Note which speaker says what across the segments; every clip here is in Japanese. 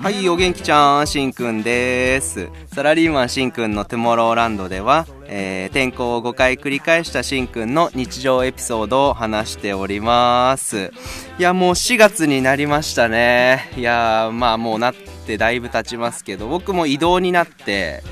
Speaker 1: はい、お元気ちゃん、しんくんです。サラリーマンしんくんのトゥモローランドでは、えー、転校を5回繰り返したしんくんの日常エピソードを話しております。いや、もう4月になりましたね。いやー、まあもうなってだいぶ経ちますけど、僕も移動になって、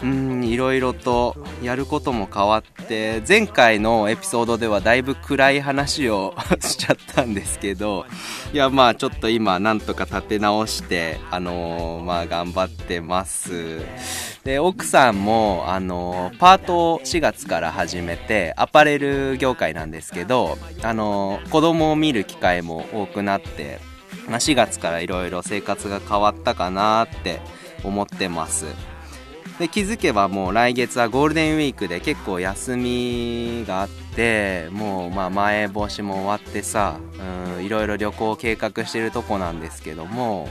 Speaker 1: うん、いろいろとやることも変わって、前回のエピソードではだいぶ暗い話を しちゃったんですけど、いや、まあちょっと今なんとか立て直して、あのーまあ頑張ってます。で、奥さんも、あのーパートを4月から始めて、アパレル業界なんですけど、あのー子供を見る機会も多くなって、まあ4月からいろいろ生活が変わったかなって思ってます。で気づけばもう来月はゴールデンウィークで結構休みがあってもうまあ前防止も終わってさうんいろいろ旅行を計画してるとこなんですけども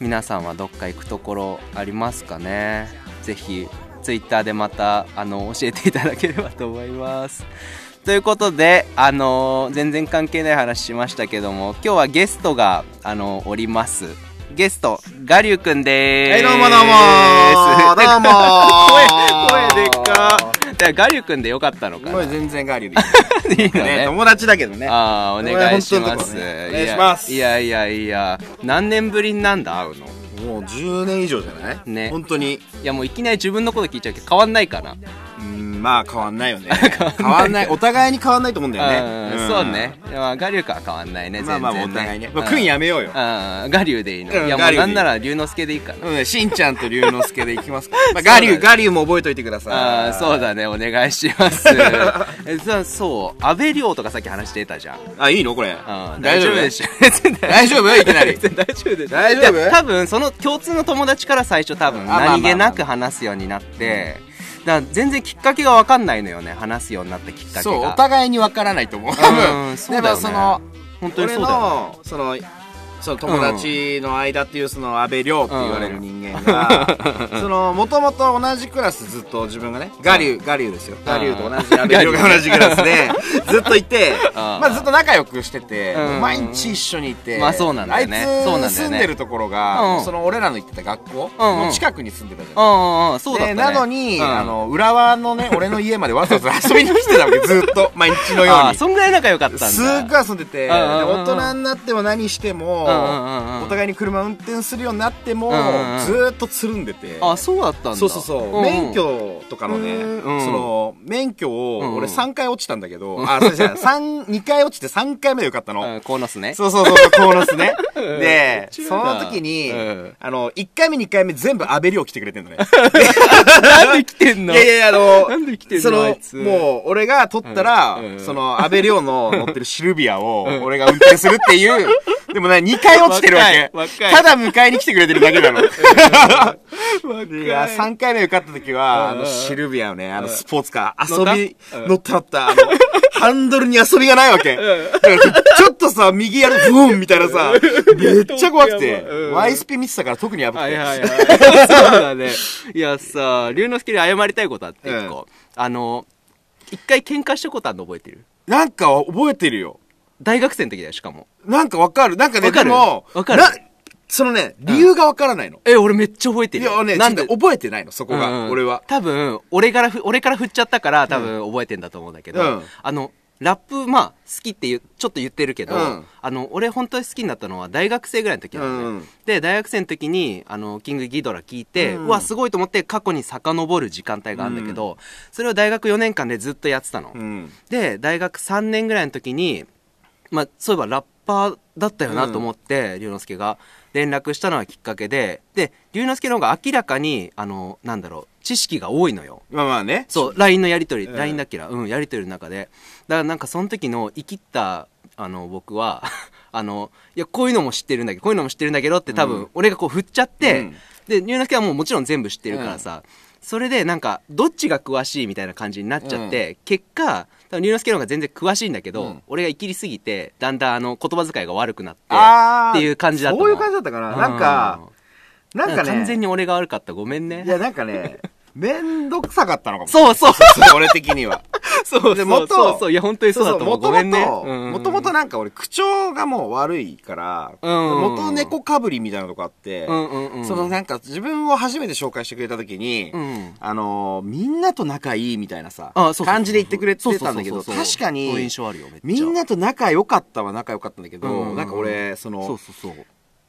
Speaker 1: 皆さんはどっか行くところありますかねぜひツイッターでまたあの教えていただければと思いますということで、あのー全然関係ない話しましたけども今日はゲストが、あのーおりますゲストガリュウくんでー
Speaker 2: は
Speaker 1: す
Speaker 2: い、どうもどうもーどうも
Speaker 1: 声
Speaker 2: ー
Speaker 1: 声で っかだからガリュウくんでよかったのかな
Speaker 2: 声
Speaker 1: い
Speaker 2: 全然ガリュウです
Speaker 1: いの
Speaker 2: ね。
Speaker 1: ね
Speaker 2: 友達だけどね。
Speaker 1: ああお願いしま
Speaker 2: これ本当のと
Speaker 1: す、
Speaker 2: こねお願いします
Speaker 1: いやいやいやいや何年ぶりになんだ会うの
Speaker 2: もう10年以上じゃない
Speaker 1: ね
Speaker 2: 本当に。
Speaker 1: いやもういきなり自分のこと聞いちゃうけど変わんないかな
Speaker 2: うん、まあ変わんないよね。変わんない。お互いに変わんないと思うんだよね。
Speaker 1: うん
Speaker 2: ん
Speaker 1: そうね。まあ、我流かは変わんないね、
Speaker 2: まあまあ
Speaker 1: 全然
Speaker 2: お互いねまあ君やめようよ
Speaker 1: ん我流でいいの。
Speaker 2: うん
Speaker 1: いや、も
Speaker 2: 我
Speaker 1: う
Speaker 2: 流で
Speaker 1: ないん
Speaker 2: い
Speaker 1: なら龍之介でいいかな。
Speaker 2: うん、しんちゃんと龍之介でいきますか。まあ、
Speaker 1: だ
Speaker 2: ガ
Speaker 1: ね
Speaker 2: リュウ、ガリュウも覚えといてくださ
Speaker 1: あ
Speaker 2: い。
Speaker 1: あ、そう。だね、お願いし ます。えさそう、安倍亮とかさっき話してたじゃん。
Speaker 2: あ、いいのこれ
Speaker 1: う。ん
Speaker 2: 大丈夫
Speaker 1: で
Speaker 2: で
Speaker 1: し
Speaker 2: し
Speaker 1: ょ
Speaker 2: ょ。。
Speaker 1: 大
Speaker 2: 大丈夫いき なり。
Speaker 1: 大丈夫でしょ
Speaker 2: 大丈夫
Speaker 1: いや多分その共通の友達から最初多分
Speaker 2: あまあまあまあ
Speaker 1: 何気なく話すようになってだから全然きっかけが分かんないのよね話すようになったきっかけが
Speaker 2: そう、お互いにわからないと思う。多
Speaker 1: うん
Speaker 2: 分。
Speaker 1: そうだよね
Speaker 2: でもその、
Speaker 1: 本当に
Speaker 2: 俺
Speaker 1: そうだよね
Speaker 2: のそのその友達の間っていうその安倍亮って言われる人 間が、そのもともと同じクラスずっと自分がね我流我流ですよ我流と同じ安倍亮が同じクラス でずっといて
Speaker 1: ん
Speaker 2: まあずっと仲良くしてて
Speaker 1: うん
Speaker 2: 毎日一緒にいて
Speaker 1: まあそうなんだよねそうなんだ
Speaker 2: あ
Speaker 1: よ
Speaker 2: い
Speaker 1: ね
Speaker 2: つ住んでるところ
Speaker 1: う
Speaker 2: が
Speaker 1: ん
Speaker 2: その俺らの行ってた学校
Speaker 1: うんうん
Speaker 2: の近くに住んでたじゃん
Speaker 1: うんうんうんそうだったね
Speaker 2: でなのに、
Speaker 1: うん
Speaker 2: あの浦和のね俺の家までわざわざ遊びに来てたわけずっと毎日のよう
Speaker 1: あ
Speaker 2: に
Speaker 1: ーそんぐらい仲良かったんだ
Speaker 2: すっごい遊んでて、
Speaker 1: うんうんうんうん
Speaker 2: で大人になっても何しても、
Speaker 1: うんうんうんうん
Speaker 2: お互いに車運転するようになっても、
Speaker 1: うんうんうん
Speaker 2: ずーっとつるんでて。
Speaker 1: あそうだったんだ
Speaker 2: そうそうそう、
Speaker 1: んん
Speaker 2: 免許とかのね、
Speaker 1: うんうん
Speaker 2: その、免許を
Speaker 1: うん、
Speaker 2: 俺3回落ちたんだけど、あ、 そうじゃない、3、2回落ちて3回目で受かったの。
Speaker 1: うんコーナスね
Speaker 2: そうそうそう、コーナ スね。で、
Speaker 1: 中
Speaker 2: そ
Speaker 1: だ
Speaker 2: の時に、
Speaker 1: うん
Speaker 2: あの、1回目2回目全部安倍亮来てくれてんのね。
Speaker 1: なんで来てん
Speaker 2: い
Speaker 1: の
Speaker 2: やいやいや、あの、
Speaker 1: なんで来てんの
Speaker 2: そ
Speaker 1: あ
Speaker 2: の
Speaker 1: いつ、
Speaker 2: もう、俺が取ったら、
Speaker 1: うんうん
Speaker 2: その、安倍亮の乗ってるシルビアを、俺が運転するっ ていう、でもね、2回落ちてるわけ。
Speaker 1: 若い若い
Speaker 2: ただ迎えに来てくれてるだけなの。
Speaker 1: 若い
Speaker 2: いや、3回目受かった時は、あ
Speaker 1: うんうん
Speaker 2: の、シルビアをね、あの、
Speaker 1: うん
Speaker 2: スポーツカ
Speaker 1: 乗った
Speaker 2: ー、遊び
Speaker 1: うん、
Speaker 2: 乗った乗った、あの、ハンドルに遊びがないわけ。だからちょっとさ、右やる、ブーンみたいなさ、めっちゃ怖くて
Speaker 1: うん、
Speaker 2: ワイスピ見てたから特にやばく
Speaker 1: はい
Speaker 2: て。
Speaker 1: はいはい。そうだね。いやさ、龍之介に謝りたいことあって、一個。あの、一回喧嘩したことあるの覚えてる
Speaker 2: なんか覚えてるよ。
Speaker 1: 大学生の時だよ、しかも。
Speaker 2: なんかわかる。なんかね、
Speaker 1: わかる
Speaker 2: でも、
Speaker 1: わかる
Speaker 2: なそのね、理由がわからないの。
Speaker 1: え、俺めっちゃ覚えて
Speaker 2: い
Speaker 1: るよ。
Speaker 2: やね、
Speaker 1: な
Speaker 2: なんん
Speaker 1: で
Speaker 2: で覚えてないの、そこが、
Speaker 1: うん
Speaker 2: 俺は。
Speaker 1: 多分、俺からふ、俺から振っちゃったから、多分覚えてんだと思うんだけど、
Speaker 2: うん
Speaker 1: あの、ラップ、まあ、好きって言う、ちょっと言ってるけど、
Speaker 2: うん
Speaker 1: あの、俺本当に好きになったのは大学生ぐらいの時なんだよ、
Speaker 2: うん
Speaker 1: で、大学生の時に、あの、キングギドラ聞いて、う
Speaker 2: うん
Speaker 1: わ、すごいと思って過去に遡る時間帯があるんだけど、それを大学4年間でずっとやってたの。
Speaker 2: うん。
Speaker 1: で、大学3年ぐらいの時に、まあ、そういえばラッパーだったよなと思って、龍之介が連絡したのがきっかけで、で、龍之介の方が明らかに、あの、なんだろう、知識が多いのよ。
Speaker 2: まあまあね。
Speaker 1: そう、LINE のやりとり、
Speaker 2: うん
Speaker 1: LINE だっけな、うん、やりとりの中で。だからなんかその時の生きった、あの、僕は、 あの、いや、こういうのも知ってるんだけど、こういうのも知ってるんだけどって多分、俺がこう振っちゃって、
Speaker 2: うん
Speaker 1: で、龍之介はもうもちろん全部知ってるからさ、それでなんか、どっちが詳しいみたいな感じになっちゃって、結果、多分龍之介の方が全然詳しいんだけど、
Speaker 2: うん
Speaker 1: 俺が生きりすぎて、だんだんあの、言葉遣いが悪くなって、
Speaker 2: あ
Speaker 1: っ
Speaker 2: ー
Speaker 1: ていう感じだったの
Speaker 2: そういう感じだったかな。なんか、
Speaker 1: う
Speaker 2: なんかね、
Speaker 1: 完全に俺が悪かった、ごめんね。
Speaker 2: いや、なんかね、めんどくさかったのかも。
Speaker 1: そうそう
Speaker 2: そう俺的には。
Speaker 1: そうそう
Speaker 2: で
Speaker 1: そう
Speaker 2: 元
Speaker 1: そうそういや本当にそうだと思う
Speaker 2: もと
Speaker 1: ご
Speaker 2: も
Speaker 1: め
Speaker 2: と、
Speaker 1: んね
Speaker 2: もともとなんか俺、口調がもう悪いから、
Speaker 1: うん
Speaker 2: 元猫かぶりみたいなとこあって、
Speaker 1: うんうんうん
Speaker 2: そのなんか自分を初めて紹介してくれた時に、
Speaker 1: うん
Speaker 2: あのーみんなと仲いいみたいなさ、
Speaker 1: あそうそうそう
Speaker 2: 感じで言ってくれてたんだけ
Speaker 1: そう
Speaker 2: ど、
Speaker 1: そうそうそう
Speaker 2: 確か
Speaker 1: そういう
Speaker 2: に
Speaker 1: 印、象あるよめっちゃ
Speaker 2: みんなと仲良かったは仲良かったんだけど、
Speaker 1: うんうんうん
Speaker 2: なんか俺、その、
Speaker 1: そうそうそう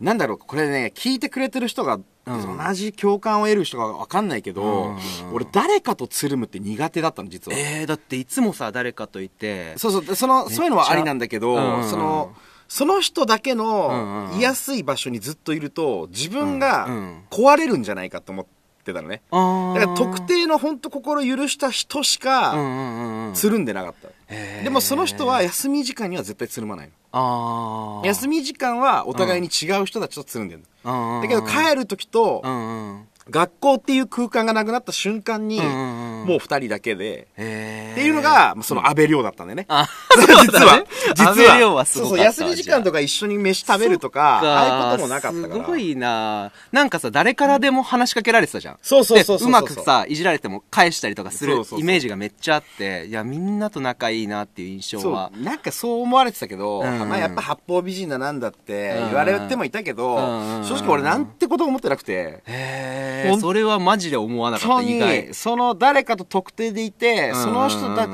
Speaker 2: なんだろう、これね、聞いてくれてる人が、
Speaker 1: ん
Speaker 2: 同じ共感を得る人がわかんないけど、
Speaker 1: うんうんうん
Speaker 2: 俺誰かとつるむって苦手だったの、実は。
Speaker 1: えー、だっていつもさ誰かといて
Speaker 2: そうそう、でその、そういうのはありなんだけど、
Speaker 1: うんうんうん
Speaker 2: その、その人だけ
Speaker 1: うんう
Speaker 2: の
Speaker 1: んうん
Speaker 2: 居やすい場所にずっといると、自分が
Speaker 1: うんうん
Speaker 2: 壊れるんじゃないかと思ってたのね。
Speaker 1: あ
Speaker 2: だから特定の本当心許した人しかつるんでなかった。でもその人は休み時間には絶対つるまないの。
Speaker 1: ああ
Speaker 2: 休
Speaker 1: み
Speaker 2: み時間はお互いに違う人たちとつるんでるの。だけど
Speaker 1: る
Speaker 2: 帰る時と
Speaker 1: うんうん
Speaker 2: 学校っていう空間がなくなった瞬間に、
Speaker 1: うんうんうん
Speaker 2: もう二人だけで、
Speaker 1: へー
Speaker 2: っていうのが、その安倍亮だったんだよね。
Speaker 1: あ
Speaker 2: 実は。実
Speaker 1: 安倍亮はすごかった
Speaker 2: そうそう、休み時間とか一緒に飯食べるとか、ああいうこともなかったから。
Speaker 1: すごいななんかさ誰からでも話しかけられてたじゃん
Speaker 2: そうそうそうそうそう
Speaker 1: でうまくさいじられても返したりとかする
Speaker 2: そうそうそう
Speaker 1: イメージがめっちゃあっていやみんなと仲いいなっていう印象
Speaker 2: そ
Speaker 1: は
Speaker 2: う、なんかそう思われてたけど、
Speaker 1: うんうん
Speaker 2: まあやっぱ八方美人だなんだって言われてもいたけど、
Speaker 1: うんうん
Speaker 2: 正直俺なんてことも思ってなくて、
Speaker 1: へ
Speaker 2: ほ
Speaker 1: え
Speaker 2: ん
Speaker 1: それはマジで思わなかっ
Speaker 2: 本
Speaker 1: た意
Speaker 2: 当
Speaker 1: 外
Speaker 2: に、その誰かと特定でいて、その人たち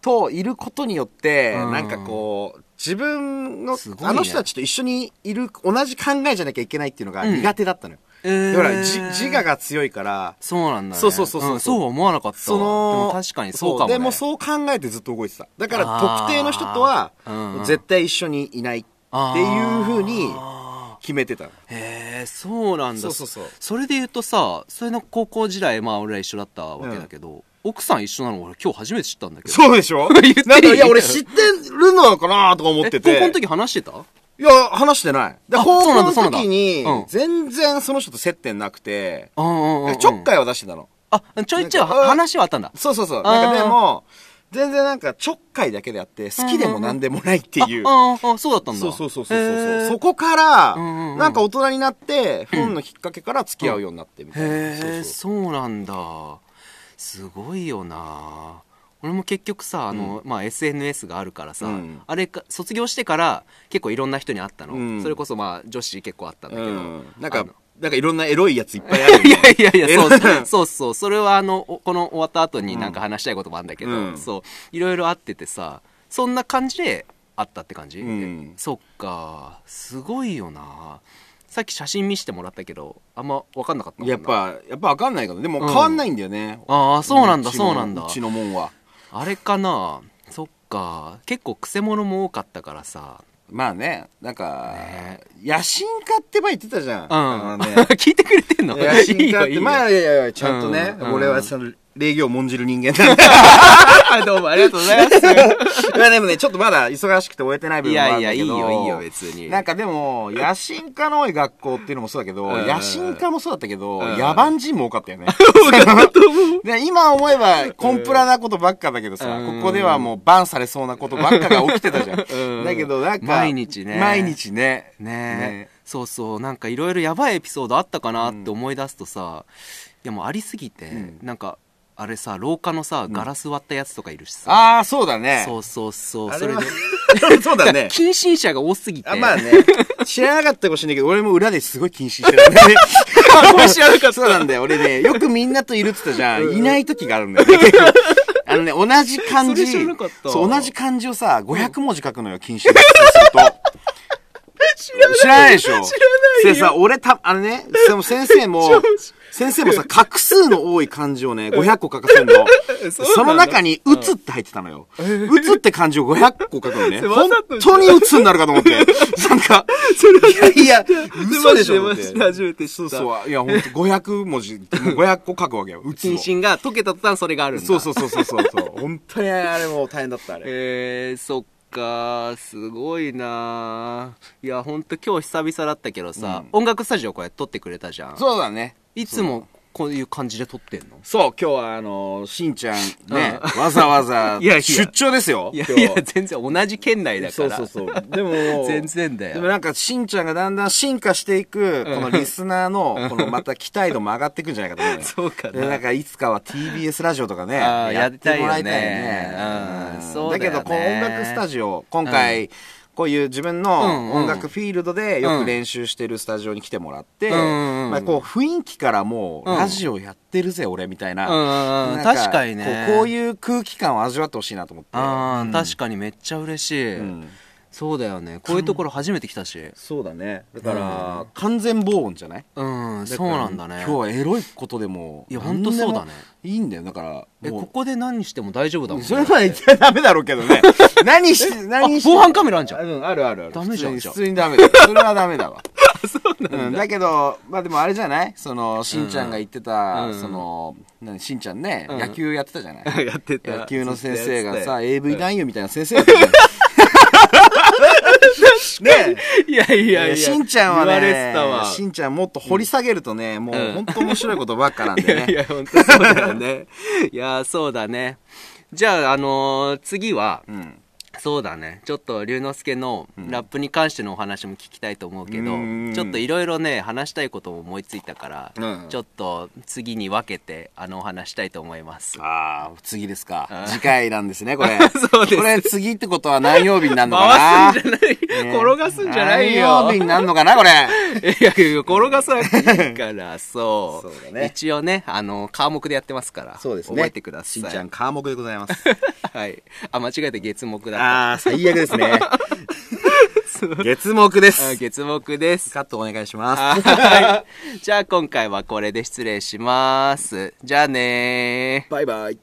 Speaker 2: といることによって、
Speaker 1: うん
Speaker 2: なんかこう、自分の、
Speaker 1: すごいね
Speaker 2: あの人たちと一緒にいる、同じ考えじゃなきゃいけないっていうのが苦手だったのよ。
Speaker 1: えー
Speaker 2: だからじ自我が強いから、
Speaker 1: そうなんだね
Speaker 2: そうそうそうそう
Speaker 1: うんそうは思わなかったわ
Speaker 2: その
Speaker 1: でも確かにそうかもね
Speaker 2: でもそう考えてずっと動いてただから
Speaker 1: あー
Speaker 2: 特定の人とは
Speaker 1: うんうん
Speaker 2: 絶対一緒にいないっていうふうに
Speaker 1: あ
Speaker 2: 決めてた
Speaker 1: ーへえそうなんだ
Speaker 2: そうそうそう
Speaker 1: それで言うとさそれの高校時代まあ俺ら一緒だったわけだけど、奥さん一緒なの俺今日初めて知ったんだけど
Speaker 2: そうでしょ
Speaker 1: 言っていい
Speaker 2: なんかいや俺知ってるのかなとか思って
Speaker 1: え
Speaker 2: て
Speaker 1: 高校の時話してた
Speaker 2: いや話してないで
Speaker 1: あそう
Speaker 2: 高校
Speaker 1: なんだ
Speaker 2: の
Speaker 1: そうなんだ
Speaker 2: 時に
Speaker 1: うん
Speaker 2: 全然その人と接点なくて
Speaker 1: うんうんうんうん
Speaker 2: ちょっかいは出してたの
Speaker 1: あちょいちょいは
Speaker 2: なんかあ
Speaker 1: 話はあったんだ
Speaker 2: そうそうそ
Speaker 1: あー
Speaker 2: うなんかでも全然なんかちょっかいだけであって好きでも何でもないっていう
Speaker 1: あああそうだったんだ
Speaker 2: そうそうそうそうそうそう、
Speaker 1: へー
Speaker 2: そこから、
Speaker 1: うんうんうん
Speaker 2: なんか大人になって、不運のきっかけから付き合うようになってみたいな。
Speaker 1: へ
Speaker 2: そう
Speaker 1: え
Speaker 2: そう
Speaker 1: そうなんだすごいよな俺も結局さあの、まあ、SNS があるからさ、
Speaker 2: うん
Speaker 1: あれか卒業してから結構いろんな人に会ったの、
Speaker 2: うん
Speaker 1: それこそまあ女子結構会ったんだけど、
Speaker 2: うんな
Speaker 1: あ
Speaker 2: んか
Speaker 1: の、
Speaker 2: なんかいろんなエロいやついっぱいあるよね。
Speaker 1: いやいやいや、
Speaker 2: エ
Speaker 1: そ
Speaker 2: ロ
Speaker 1: うそう そうそう、それはあの、おこの終わった後になんか話したいこともあるんだけど、
Speaker 2: うん
Speaker 1: そう、いろいろあっててさ、そんな感じであったって感じ、
Speaker 2: うん
Speaker 1: そっか、すごいよな。さっき写真見せてもらったけど、あんま分かんなかったもんな
Speaker 2: やっ。ぱ、やっぱわかんないけど、でも変わんないんだよね。
Speaker 1: ああ、そうなんだ、
Speaker 2: ちの
Speaker 1: そうなんだ
Speaker 2: う。ちのもんは。
Speaker 1: あれかな、そっか、結構くせ者も多かったからさ、
Speaker 2: まあね、なんか
Speaker 1: ね、
Speaker 2: 野心家ってば言ってたじゃん。
Speaker 1: うん、
Speaker 2: あのね
Speaker 1: 聞いてくれてんの
Speaker 2: 野心
Speaker 1: いい
Speaker 2: 家っ
Speaker 1: よ、いい
Speaker 2: て、
Speaker 1: よ。
Speaker 2: まあいやいやいや、ちゃんとね、
Speaker 1: うんうん
Speaker 2: 俺はその、礼儀をもんじる人間なんで。
Speaker 1: あ、どうもありがとうございます。
Speaker 2: いやでもね、ちょっとまだ忙しくて終えてない 部
Speaker 1: い
Speaker 2: 分もある
Speaker 1: やいや、い
Speaker 2: んだけ
Speaker 1: い
Speaker 2: ど。
Speaker 1: よ、いいよ、別に。
Speaker 2: なんかでも、野心家の多い学校っていうのもそうだけど、
Speaker 1: うん
Speaker 2: 野心家もそうだったけど、
Speaker 1: うん
Speaker 2: 野蛮人も多か ったよね。 で今思えば、コンプラなことばっかだけどさ、
Speaker 1: うん
Speaker 2: ここではもうバンされそうなことばっかが起きてたじゃん。
Speaker 1: うん
Speaker 2: だけどなんか、
Speaker 1: 毎日ね
Speaker 2: 毎日ね。
Speaker 1: ね
Speaker 2: ね
Speaker 1: そうそうなんかいろいろやばいエピソードあったかなって思い出すとさ、いやもうありすぎて、
Speaker 2: ん
Speaker 1: なんかあれさ廊下のさガラス割ったやつとかいるしさ、
Speaker 2: ああ、そうだね。
Speaker 1: そうそうそう
Speaker 2: あ
Speaker 1: そ
Speaker 2: れ
Speaker 1: れ
Speaker 2: は
Speaker 1: で
Speaker 2: そう だね。
Speaker 1: 近親者が多すぎて
Speaker 2: あまあね、知らなかったかもしれないけど、俺も裏ですごい禁止してた ね。
Speaker 1: これ知らなかった
Speaker 2: そうなんだよ。俺ね、よくみんなといるって言ったじゃん。いない時があるんだよね。 あのね、同じ漢字。
Speaker 1: それ知らなかった
Speaker 2: そう、同じ漢字をさ、500文字書くのよ、禁止すると。知らない。知らないでしょ。知らない
Speaker 1: よ
Speaker 2: でさ、俺た、あのね、でも先生 も、先生もさ、画数の多い漢字をね、500個書かせ るの。その中に、打つって入ってたのよ。打つって漢字を500個書くのね。
Speaker 1: わ
Speaker 2: 本
Speaker 1: ざとじゃ
Speaker 2: 当に打つになるかと思って。なんか、いやいや、嘘でしょ。
Speaker 1: マジでマジで初めて知った
Speaker 2: そうそう。いや、ほんと500文字、もう500個書くわけよ。打つ
Speaker 1: 近
Speaker 2: の。
Speaker 1: 親が解けた途端それがあるんだ
Speaker 2: そうそうそうそうそう。本当にあれもう大変だった、あれ。
Speaker 1: えー、そっかすごいないやほんと今日久々だったけどさ、音楽スタジオこれ撮ってくれたじゃん
Speaker 2: そうだね。
Speaker 1: いつもこういう感じで撮ってんの
Speaker 2: そう、今日はあの、しんちゃんね、わざわざ
Speaker 1: いやいや
Speaker 2: 出張ですよ。
Speaker 1: いや
Speaker 2: 今日
Speaker 1: いや全然同じ県内だか
Speaker 2: そう
Speaker 1: ら
Speaker 2: そうそう。でも、
Speaker 1: 全然だ
Speaker 2: で
Speaker 1: よ
Speaker 2: もなんか、しんちゃんがだんだん進化していく、このリスナーの、このまた期待度も上がっていくんじゃないかと思うよ。
Speaker 1: そうかな
Speaker 2: でなんか、いつかは TBS ラジオとかね、
Speaker 1: あー
Speaker 2: やってもらいたい
Speaker 1: やりたいよね
Speaker 2: ね。
Speaker 1: うんそうだよね
Speaker 2: けど、こう音楽スタジオ、今回、こういう自分の音楽フィールドでよく練習してるスタジオに来てもらって、
Speaker 1: うんうんうん
Speaker 2: まあこう雰囲気からもう
Speaker 1: うん
Speaker 2: ラジオやってるぜ俺みたいな。
Speaker 1: うんうんうん
Speaker 2: なん
Speaker 1: 確かにね
Speaker 2: こうこういう空気感を味わってほしいなと思って。
Speaker 1: ああ、
Speaker 2: うん
Speaker 1: 確かにめっちゃ嬉しい、
Speaker 2: うん
Speaker 1: そうだよねこういうところ初めて来たし
Speaker 2: そうだね。だから、完全防音じゃない
Speaker 1: うんそうなんだね
Speaker 2: 今日はエロいことでも。
Speaker 1: いやほんとそうだね
Speaker 2: 何でもいいんだよ。だから、
Speaker 1: え
Speaker 2: も
Speaker 1: こ
Speaker 2: う
Speaker 1: こで何しても大丈夫だもん、ね、
Speaker 2: それまで言っちゃダメだろうけ どね。何し、何し。
Speaker 1: あ防犯カメラあんじゃん
Speaker 2: うん、あるあるある。
Speaker 1: ダメじゃん
Speaker 2: 普通に
Speaker 1: じゃあ
Speaker 2: 普通にダメだよ。それはダメ だわ。そうなんだ、だけど、まあでもあれじゃないその、しんちゃんが言ってた、
Speaker 1: うん
Speaker 2: その、何しんちゃんね、
Speaker 1: ん
Speaker 2: 野球やってたじゃな い
Speaker 1: やってた
Speaker 2: 野球の先生がさ、
Speaker 1: ね
Speaker 2: AV 男優みたいな先生だったじゃん ね
Speaker 1: いやい
Speaker 2: い
Speaker 1: やいや
Speaker 2: しんちゃんは
Speaker 1: 言われてたわ
Speaker 2: ね、しんちゃんもっと掘り下げるとね、もう本当面白いことばっかなんで
Speaker 1: いやい
Speaker 2: ね。
Speaker 1: や、本当そうだよね。いや、そうだね。じゃあ、あのー次は、
Speaker 2: うん。
Speaker 1: そうだね。ちょっと、龍之介のラップに関してのお話も聞きたいと思うけど、
Speaker 2: うん
Speaker 1: ちょっといろいろね、話したいことも思いついたから、
Speaker 2: うん
Speaker 1: ちょっと次に分けて、あの、お話したいと思います。
Speaker 2: ああ、次ですか
Speaker 1: あ。
Speaker 2: 次回なんですね、これ。
Speaker 1: そうです
Speaker 2: これ次ってことは何曜日になるのか
Speaker 1: 回
Speaker 2: な
Speaker 1: すんじゃない、
Speaker 2: ね
Speaker 1: 転がすんじゃないよ。
Speaker 2: 何曜日になるのかな、これ。
Speaker 1: いやいや、転がさないから、そう。
Speaker 2: そうだね
Speaker 1: 一応ね、あの、科目でやってますから。覚えてください。
Speaker 2: しんちゃん、。科目でございます。
Speaker 1: はい。あ、間違えて月目だった。
Speaker 2: ああ、最悪で すね。月目で
Speaker 1: あ
Speaker 2: す。
Speaker 1: 月目 です。
Speaker 2: カットお願いします。
Speaker 1: はい。じゃあ今回はこれで失礼します。じゃあねー。
Speaker 2: バイバイ。